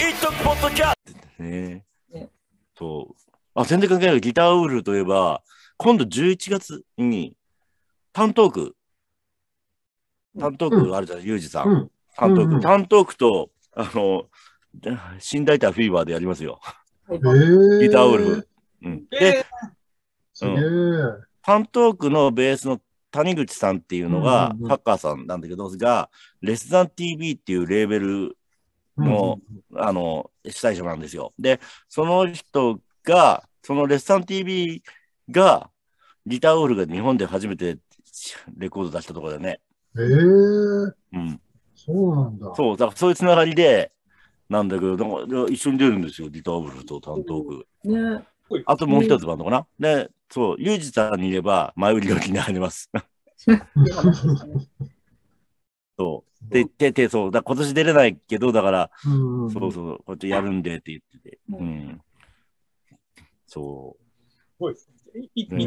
イトポッドキャスすねね。そう。あ、全然関係ないけど、ギターウールといえば、今度11月に、担当区、担当区あるじゃない、ユージさん。うん。担当うんう区、ん担当区と、あの、で新大体フィーバーでやりますよ。はいえー。ギターウール。うん、ト。で、すげえ。担当区のベースの谷口さんっていうのがうんうんう、んハッカーさんなんだけど、が、レスザン TV っていうレーベルもあの、主催者なんですよ。で、その人が、そのレッサン TV が、ギターオールが日本で初めてレコード出したところだよね。うん。うんえうー。ん。そうなんだ。そう、だからそういうつながりで、なんだけど、なんか一緒に出るんですよ、ギターオールと担当部。ね。あともう一つバンドかな。で、そう、ユージさんに言えば、前売りが気に入ります。 そう。で、て、て、そう、だから今年出れないけど、だから、うんうんそうそう、こうやってやるんでって言ってて。ううん。そごいですね。いいつ、う。ね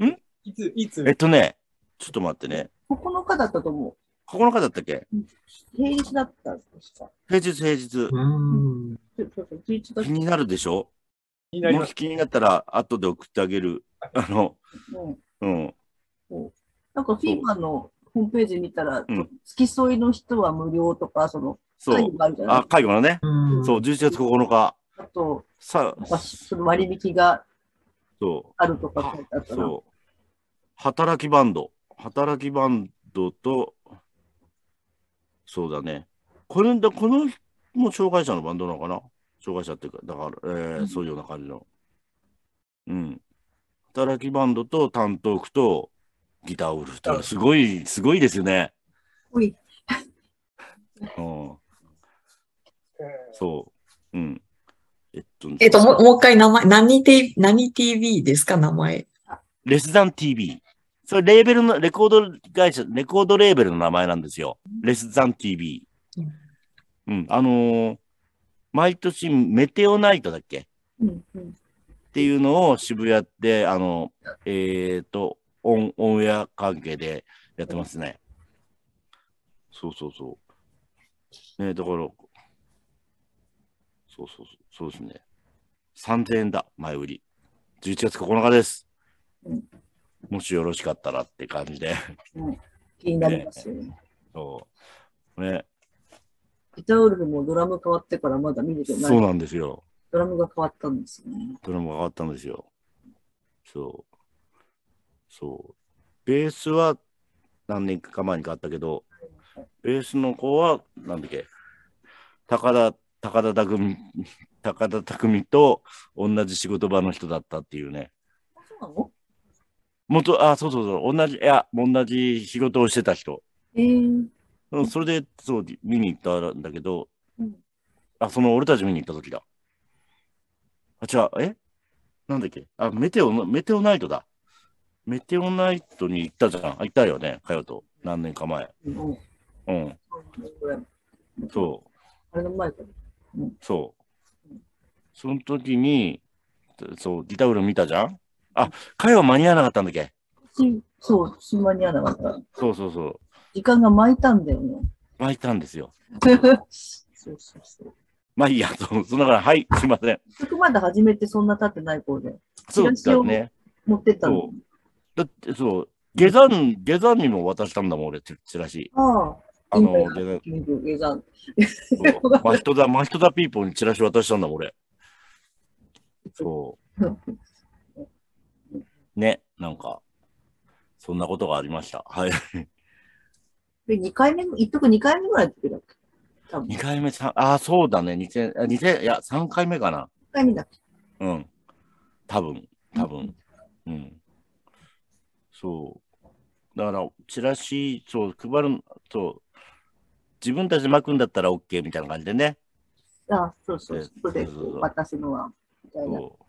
うんいつ、いつ、いつえっ、とね、ちょっと待ってね。 9日だったと思9日だったっけう。平日だったんですか。平日平日。うん。そうそうそう11気月になるでしょになりもますし。気になったら、後で送ってあげる。あの、の。うん。なんかフィーバーのホームページ見たら、うん付き添いの人は無料とか、その、そ会う議。があるじゃないあ、介護のね。うんそう、11月9日。あと、さなんかその割引がそあるとか書いてあっう。たな。そう。働きバンド。働きバンドと、そうだね。これだ、この人も障害者のバンドなのかな障害者っていうか、だから、えーうんそういうような感じの。うん。働きバンドと担当区とギターウルフというすごい、すごいですよね。おいうん。えーそう。うん。えっと、えっと、ももう一回名前、何 T、何 TV ですか、名前。レスザン TV。それ、レーベルの、レコード会社、レコードレーベルの名前なんですよ。レスザン TV うん。うん。あのー毎年、メテオナイトだっけうんうん。っていうのを渋谷で、あの、えっ、と、オン、オンエア関係でやってますね。そうそうそう。ねだから、そうそうそう、そうですね。3000円だ、前売り。11月9日ですうん。もしよろしかったらって感じで。気になりますよね。そう。ね、ギターウルフもドラム変わってからまだ見れてなそうい。なんですよ。ドラムが変わったんですね。ドラムが変わったんですよ。そう。そう。ベースは何年か前に買ったけど、ベースの子は、なんだっけ、高田、高田匠、高田匠と同じ仕事場の人だったっていうね。あそうなの元、あ、そうそうそう、同じ、いや、同じ仕事をしてた人。えー、うんそれで、そう、見に行ったんだけど、うんあ、その俺たち見に行った時だ。あ、違う、えなんだっけあ、メテオの、メテオナイトだ。メテオナイトに行ったじゃん。あ、行ったよね、かよと。何年か前。もううん、 3年ぐらい前そう。あれの前から。そう。その時に、そう、ギターウル見たじゃんあ、会は間に合わなかったんだっけしそう、島にはなかった。そうそうそう。時間が巻いたんだよね。巻いたんですよ。そうそうそう。まあいいや、そうそのから、はい、すいません。結局まだ始めてそんな経ってない子でそうだね。持ってったそのう。。だって、そう、下山、下山にも渡したんだもん、俺、チチラシ。ああ、あの、下いいんだ山よ、キング下山。そう マヒトダ、マヒトダピーポーにチラシ渡したんだもん、俺。 そう。ね、なんか、そんなことがありました。はい。で、2回目、一徳2回目ぐらいの時だっけ多分2回目、さんあ、そうだね、2000、あ2000、いや、3回目かな。一回目だっけうん。多分、多分。うん。そう。だから、チラシ、そう、配る、そう、自分たちで巻くんだったら OK みたいな感じでね。ああ、そうそう、でそこでそうそうそう私のは、みたいな。そう。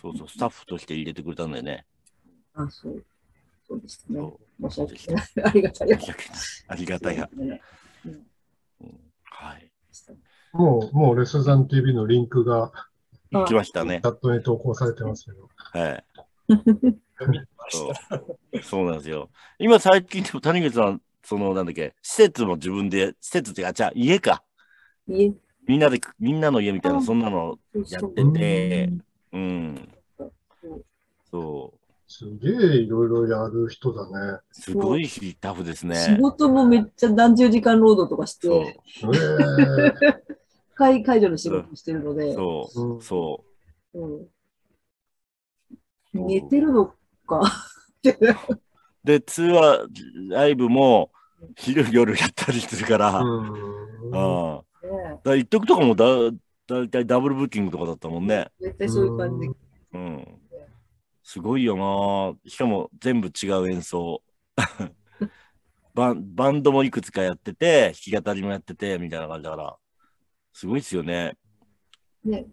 そうそう、スタッフとして入れてくれたんだよね。あそう。そうですね。そ申し訳ない。ありがたいやう。ありがたいや。はい。もう、もうレスザン TV のリンクがあ来ましたねチ。ャットに投稿されてますけど。はい。ましそたうそうなんですよ。今最近でも谷口さん、そのなんだっけ、施設も自分で、施設っていうか、じゃあ家か。家、みんなで、みんなの家みたいな、そんなのそうやそっうてて、うん。そう。すげえいろいろやる人だね。すごい日タフですね。仕事もめっちゃ何十時間労働とかしそうて、。え ー解解除の仕事もしてるので、そうう。そうんう。寝てるの かって。で、ツアー、ライブも、昼夜やったりするから、うん。だうんから一時とかもだ、だいたいダブルブッキングとかだったもんね。絶対そういう感じ。うん。すごいよなぁしかも全部違う演奏。 バンバンドもいくつかやってて、弾き語りもやってて、みたいな感じだから。すごいですよね。ね、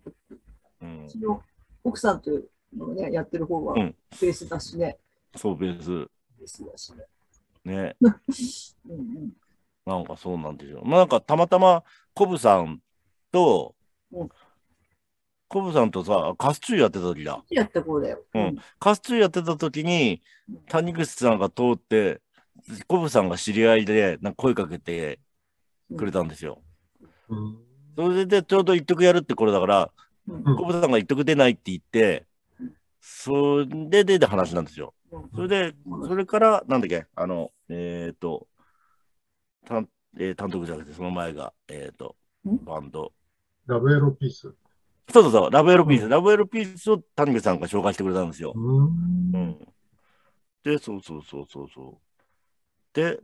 うんう。ちの奥さんというのがね、やってる方はうんベースだしね。そう、ベーベースだしね。ス。ね。うんうんなんかそうなんでしょう。まあなんかたまたまコブさんと、うんコブさんとさ、カスチューやってた時だ。やった方だよ。うんカスチューやってた時に、谷口さんが通って、コブさんが知り合いで、なんか声かけてくれたんですよ。うんそれでちょうど一曲やるって頃だから、うんうんコブさんが一曲出ないって言って、それでで話なんですよ。うんそれで、それから、なんだっけ、あの、えっ、ー、と、単えー単独じゃなくて、その前が、えっ、ー、と、んバンド。ラブエロピース。そうそうそう、ラブエロピース、ラブエロピースを谷口さんが紹介してくれたんですよ。うんうん。で、そうそうそうそうそう。で、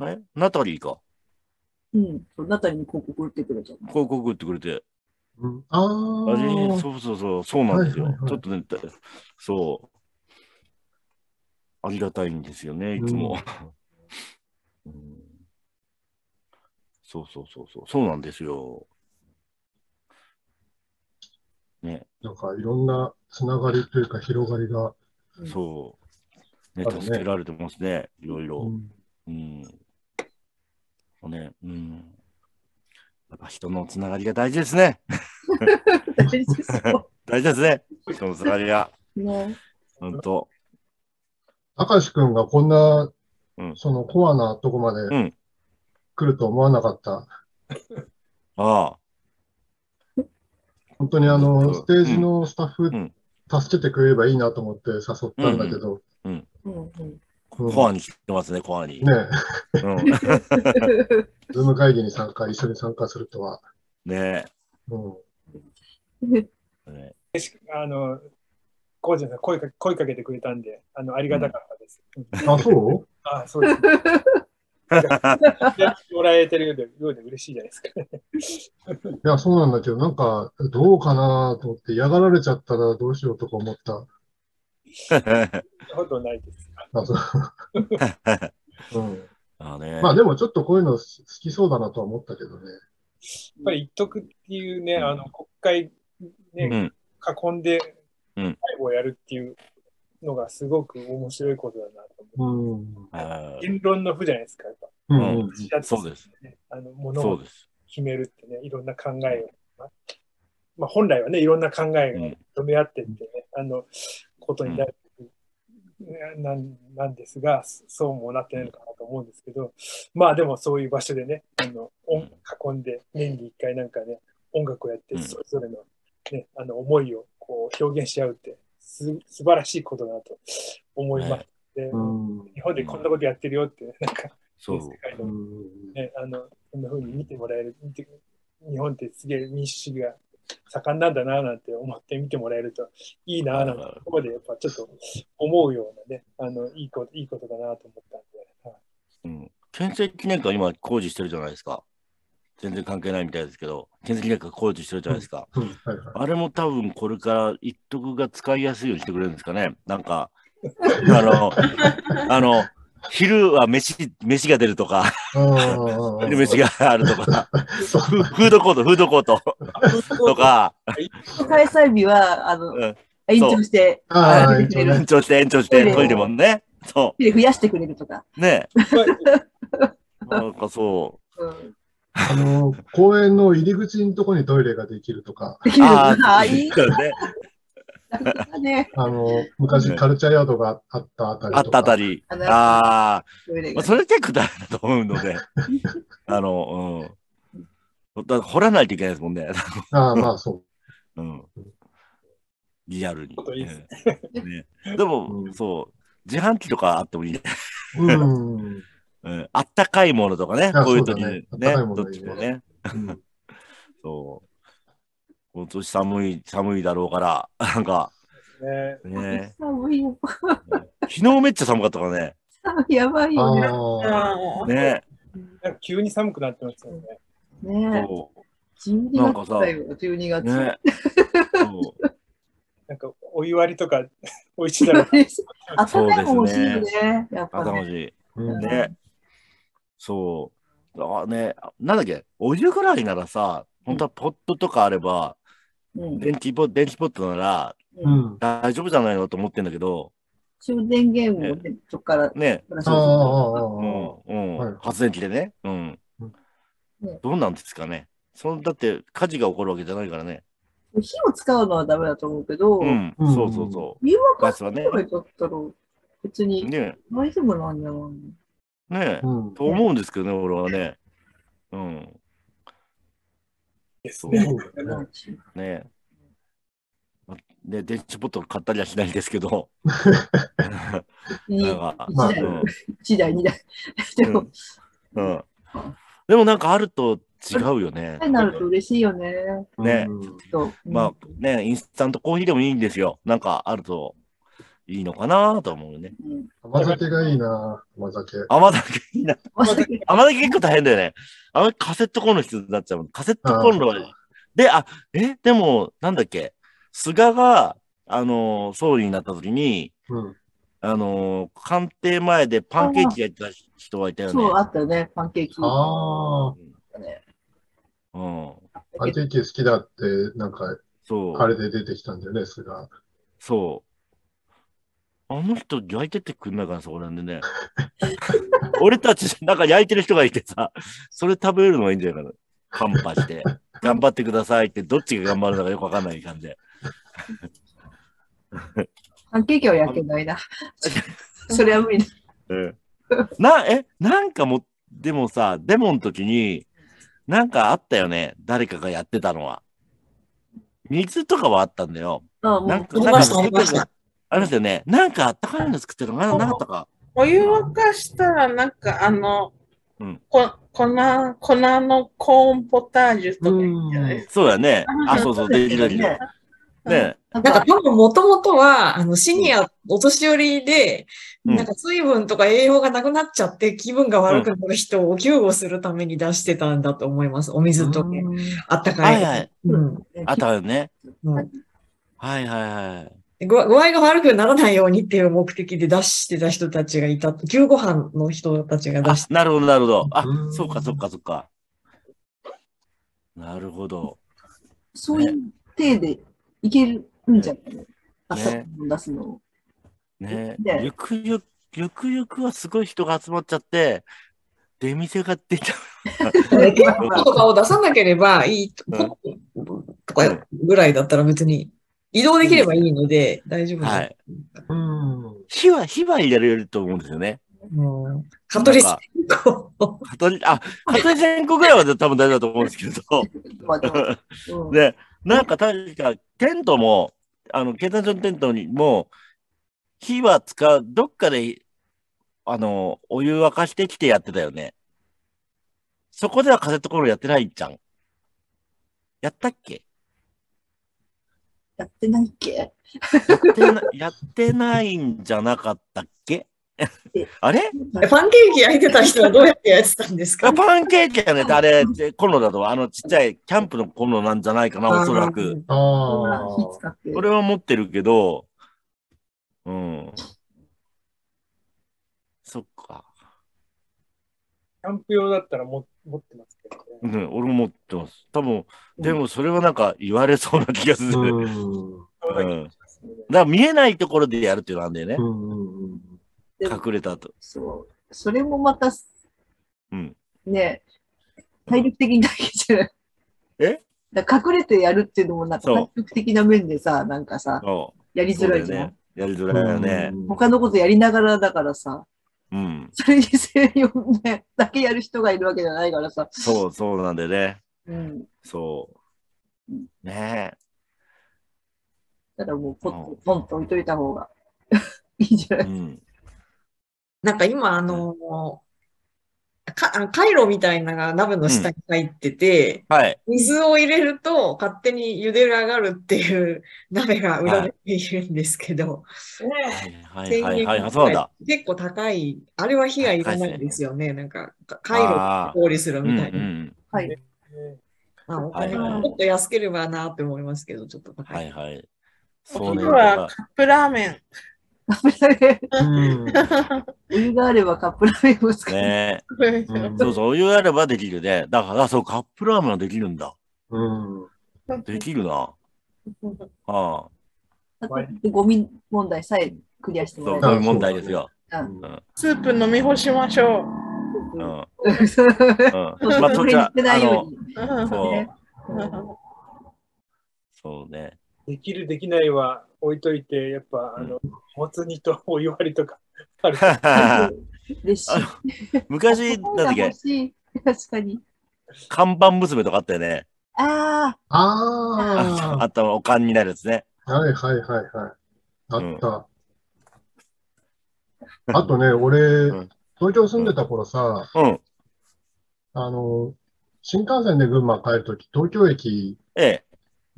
えナタリーか。うん。そのあたりに広告打ってくれちゃう。広告打ってくれて。うんああーれ、そうそうそう、そうなんですよ。はいはいはいちょっとね、たそう。ありがたいんですよね、いつも。うんそうそうそうそう、そうなんですよ。ね、なんかいろんなつながりというか広がりが。うんそう。ねある、ね助けられてますね、いろいろ。うんうん。ね、うん。やっぱ人のつながりが大事ですね。大 事そ大事ですね。人のつながり が。う。ね。本当。高橋くんがこんなうん、そのコアなとこまんで来ると思わなかった。あ本当にあそうの、ステージのスタッフん、助けてくれればいいなと思って誘ったんだけど、うんうん。 うんあ、コアに来てますね、コアに。ねうん、ズーム会議に参加、一緒に参加するとは。ねうんえ。ね あの、こうじゃない声か声かけてくれたんで、あの、ありがたかったです。うんあ、そうあそうですね。やってもらえてるようでようで嬉しいじゃないですか。いや、そうなんだけど、なんか、どうかなと思って、嫌がられちゃったらどうしようとか思った。そんなことないです。あ、そう。うん。あね。まあでもちょっとこういうの好きそうだなとは思ったけどね。やっぱり一徳っていうね、あの国会、うね、ん、囲んでうん最後をやるっていうのがすごく面白いことだなと思う。うん。あー言論の負じゃないですか、やっぱ。うんうん。そうです。ねあの、ものそうをです。決めるってね、いろんな考えを。まあ、本来はね、いろんな考えうがん、止め合ってってね、あの、ことになる、なんなんですが、そそうもなってないのかなと思うんですけど、まあでもそういう場所でね、あの音囲んで、年に一回なんかね、音楽をやって、うんそれぞれの,、ね、あの思いをこう表現し合うってす、素晴らしいことだなと思います。でうん。日本でこんなことやってるよって、なんか、そう。世界うのんね、あの、こんな風に見てもらえる、見て日本ってすげえ民主主義が盛んなんだななんて思って見てもらえるといいなあなんて、ここまでやっぱちょっと思うようなね、あの、いいこと、いいことだなと思ったんで、はういん。建設記念館、今工事してるじゃないですか。全然関係ないみたいですけど、建設記念館工事してるじゃないですか。うんはいはい。あれも多分これから一徳が使いやすいようにしてくれるんですかね。なんか、あの、あの、昼は飯、飯が出るとか、ああ。昼飯があるとか、 そうフフードコート、フードコートとか、開催日は、あの、うん延長して、ああ、出てくれる延長して延長してトイレもね。そ増やしてくれるとか。う。ねまなあんかそう。うん あの、公園の入り口のとこにトイレができるとか、できるあああ、ーいいそうねね。あの、昔カルチャーヤードがあったあたりあったとか。あたり。あのああ、トイレまあが それ結構大変だと思うので、あの、うん。だ掘らないといけないですもんね。 ああ、まあそうん。リアルに。こといいですうんねでも、うんそう、自販機とかあってもいいね。う。うん。うん、あったかいものとかね、あこういう時にそうね、だねあったかいもどっのがいちいねもね。うんそう。今年寒い、寒いだろうから、 なんか、ね。ね、寒いよ。昨日めっちゃ寒かったからね。寒いやばいよね。ああ、あね、なんか急に寒くなってますよね。ねえ。そ12なんか月さだよ、12う、月。 ね。そなんかお湯割りとか 美味しいだろう。頭が欲しいそうでね。やっう、ぱ頭ね。しうんい。ね、そう。あね、なんだっけ、お湯ぐらいならさ、本当はポットとかあれば、うん電気ポ電気ポットならうん。大丈夫じゃないのと思ってんだけど、終電源をねそこから。ね、そうああ、そうああ、うん、はういん、発電機でね、うんうん。どうなんですかね。そんだって火事が起こるわけじゃないからね。火を使うのはダメだと思うけど、うん、うんそうそうそ湯沸う。かガすスはねぐ。らいだったら、別にね、大丈夫なんじゃないのねう、ん。と思うんですけどね、俺はね。うん、ですそう。ね。ねね。まね、電池ポット買ったりはしないんですけ ど。なんか、一台、うん一台、二台。でも、うん。でもなんかあると違うよね。一台になると嬉しいよね。ねうんとまあね、インスタントコーヒーでもいいんですよ。なんかあるといいのかなと思うね。うん甘酒がいいな、甘酒。甘酒いいな。お酒甘酒結構大変だよね。あのカセットコンロ必要になっちゃうもん。カセットコンロあーで、あ、え、でも、なんだっけ。菅が、あのー総理になった時に、うん。あのー官邸前でパンケーキやってた人がいたよねそう、。あったね、パンケーキ。ああ、うん。パンケーキ好きだって、なんか、そう。あれで出てきたんだよね、すが。そう。あの人焼いてってくんないかな、そこら辺 でね。俺たち、なんか焼いてる人がいてさ、それ食べるのがいいんじゃないかな。カンパして、頑張ってくださいって、どっちが頑張るのかよくわかんない感じで。パンケーキは焼 けないな。それは無理だ。な、え、なんかも、でもさ、デモの時に、なんかあったよね、誰かがやってたのは。水とかはあったんだよ。ああもうなんか、あなりんかましたありましたあれだよね。なんかあったかいの作ってるのかななかったか。お湯沸かしたら、なんかあの、うんこ粉、粉のコーンポタージュとかいいんじゃないですそうだよね。あ、そうそう、できるできる。か。ね、なんなんかか、多分もともとは、あの、シニア、お年寄りで、うんなんか水分とか栄養がなくなっちゃって気分が悪くなる人を救護するために出してたんだと思います。お水とか、あったかい。はいはい。うんあったよね。うんはいはいはい。で具合具合が悪くならないようにっていう目的で出してた人たちがいた。救護班の人たちが出あし、なるほどなるほど。あう、んそっかそっかそっか。なるほど。そういう体でいけるんじゃないのあったかいもの出すの。ねで。ゆくゆく、ゆくゆくはすごい人が集まっちゃって、出店ができた。結構とかを出さなければいいとうんとかぐらいだったら別に移動できればいいので大丈夫です。はい。うん。火は、火は入れられると思うんですよね。うんカトリスなんか結構カトリ、あ、カトリ線香ぐらいは多分大丈夫だと思うんですけど。 まあでもうんで、なんか確かテントも、あの、経産所のテントにも、火は使う、どっかで、あの、お湯沸かしてきてやってたよね。そこではカセットコンロやってないじゃん。やったっけ やってないっけやってなやってないんじゃなかったっけ あれえパンケーキ焼いてた人はどうやってやってたんですかあパンケーキはね、あれ、コンロだと、あのちっちゃいキャンプのコンロなんじゃないかな、おそらく。。そんなあ火使って。俺は持ってるけど、うん。そっか。キャンプ用だったらも持ってますけどうね。ん、俺も持ってます。多分、でもそれはなんか言われそうな気がすあ。る。ううん。ん。そだうだけどから見えないところでやるっていうのなんだよねう。ん。でも隠れたと。そう。それもまた、うん。ね、体力的にだけじゃない。えだから隠れてやるっていうのも、なんかそう体力的な面でさ、なんかさ、そやりう。そづうだらいよじゃん。ね。やりづらいよね。他のことやりながらだからさ、うん。それに専用ね、だけやる人がいるわけじゃないからさ、そう、そうなんだよね。うん。そううん。ねえ。ただもうポうンん、ポンと置いといた方が いいんじゃなういん。なんか今、あの、かあのカイロみたいなのが鍋の下に入ってて、はい。水を入れると勝手に茹で上がるっていう鍋が売られているんですけど、はい1000円はいはい。ぐらあいそうだ。結構高い、あれは火がいらないですよね。なんか、かカイロあを氷するあ。みたいうんうな。んはい。まあ、お金はいはもいもっと安ければなって思いますけど、ちょっと高。はいいはい。そうね僕。はカップラーメン。うん。お湯があればカップラーメンを使う。ねえ。うんそうそう、お湯あればできるね。だから、そう、カップラーメンはできるんだ。うん。できるな。ああ。あとゴミ問題さえクリアしてそもう、らこうえるいう問題ですよ。 スープ飲み干しましょう。うん。うん。まそうあ、そっちは、触れなあいよのう、に。そうね、そうね。 できるできないは置いといて、やっぱ、あの、もつ煮とお湯割りとかある。嬉しい。昔、なんだっけ欲、しい確かに。看板娘とかあったよね。ああ あったおかんになるやつね。あ、はいはいはいはい。あった。あとね、俺、ん東京住んでた頃さ、うん。あの、新幹線で群馬帰るとき、東京駅ええ。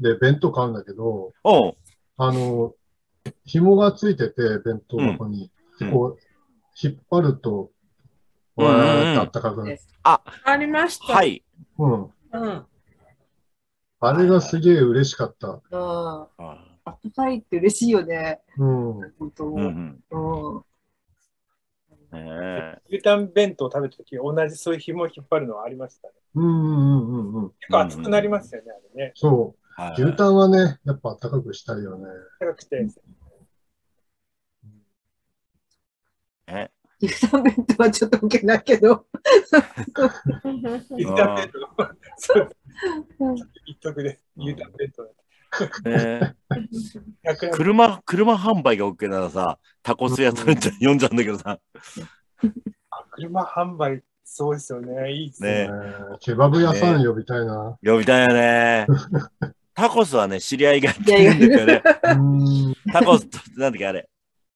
で弁当買うんだけど、おう。あの、紐がついてて、弁当箱に、うんこう、引っ張ると、うんわーってあったかくなる。 ありました。はい。うん。うん。あれがすげえ嬉しかった。あ、あああったかいって嬉しいよね。うん。本当。うんうん。うんねえ。牛タン弁当食べた時同じそういう紐を引っ張るのはありましたね。うんうんうんうんうん。結構熱くなりますよね、あれね。そはう。牛タンはね、やっぱ暖かくしたいよね。高くて。ね牛タン弁当はちょっと受けないけど。牛タン弁当。そう。一徳で牛タン弁当だっねた。100え円車、車販売が OK ならさ、タコス屋さんじゃ読んじゃうんだけどさ。車販売、そうですよね。いいですねね。えねケバブ屋さん呼びたいな。呼びたいよね。タコスはね、知り合いがやってるんですよね。うーん。タコスと、なんだっけ、あれ。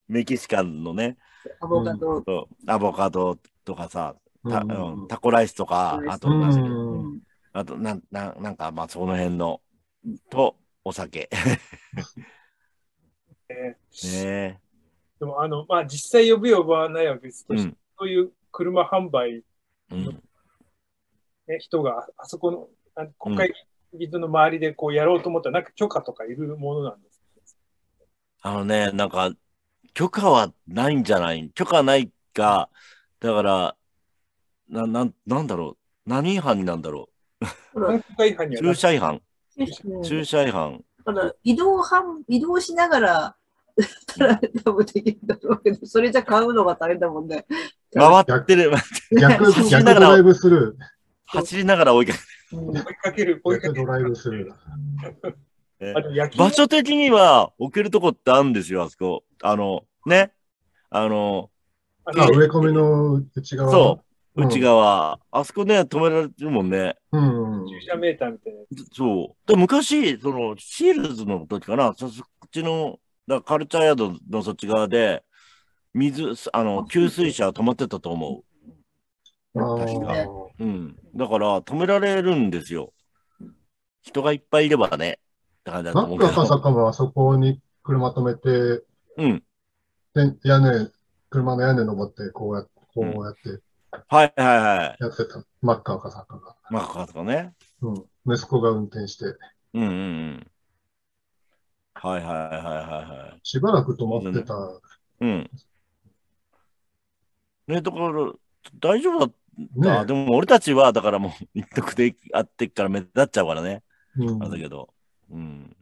メキシカンのね、アボカド。そうアボカドとかさ、たうんうんタコライスとか、あと、なんだっけうんうんあと、なん、なんなんか、まあ、その辺の、と、お酒。ねねでも、あの、まあ、実際呼ぶ呼ばないは別うとして、ん。そういう車販売、うん。ね、人がああそこのあ国会議事の周りでこうやろうと思ったら、なんか許可とかいるものなんですあのね、なんか、許可はないんじゃない許可ないか、だから、な、なん、なんだろう。何違反なんだろか国会違反にう。は駐な車違反だ駐車違反から移動販移動しながらだったら多分できるんだろうけど、それじゃ買うのが大変だもんね。回ってる、逆、走り逆ながドらライブスル走りながら追いかうん追いかける、ー。追いか逆けドる。ライブスルー。けてあ。の焼き場所的には置けるとこってあるんですよ、あそこ。あの、ね。あの、ああ、の植え込みの内側。そうう、ん内側。あそこね、止められてるもんね。う。うん。駐車メーターみたいなやそう。で昔、その、シールズの時かな、そそっちの、だカルチャー宿のそっち側で、水、すあの、給水車止まってたと思あ確ーかう。うん。だから、止められるんですよ。人がいっぱいいればね、って感じだとな思んうけで赤ど。坂もあそこに車止めて、うん。で屋根、車の屋根登って、こうやって、こうやってはいはいはい。やってた。マッカーかサッカーが。まあ、かとかね。うん。息子が運転して、うんうんうん。はいはいはいはいはい。しばらく止まってた。うん。ね、だから、大丈夫だった。ねでも俺たちは、だからもう、一徳であってっから目立っちゃうからね。うんあれだけど。うん。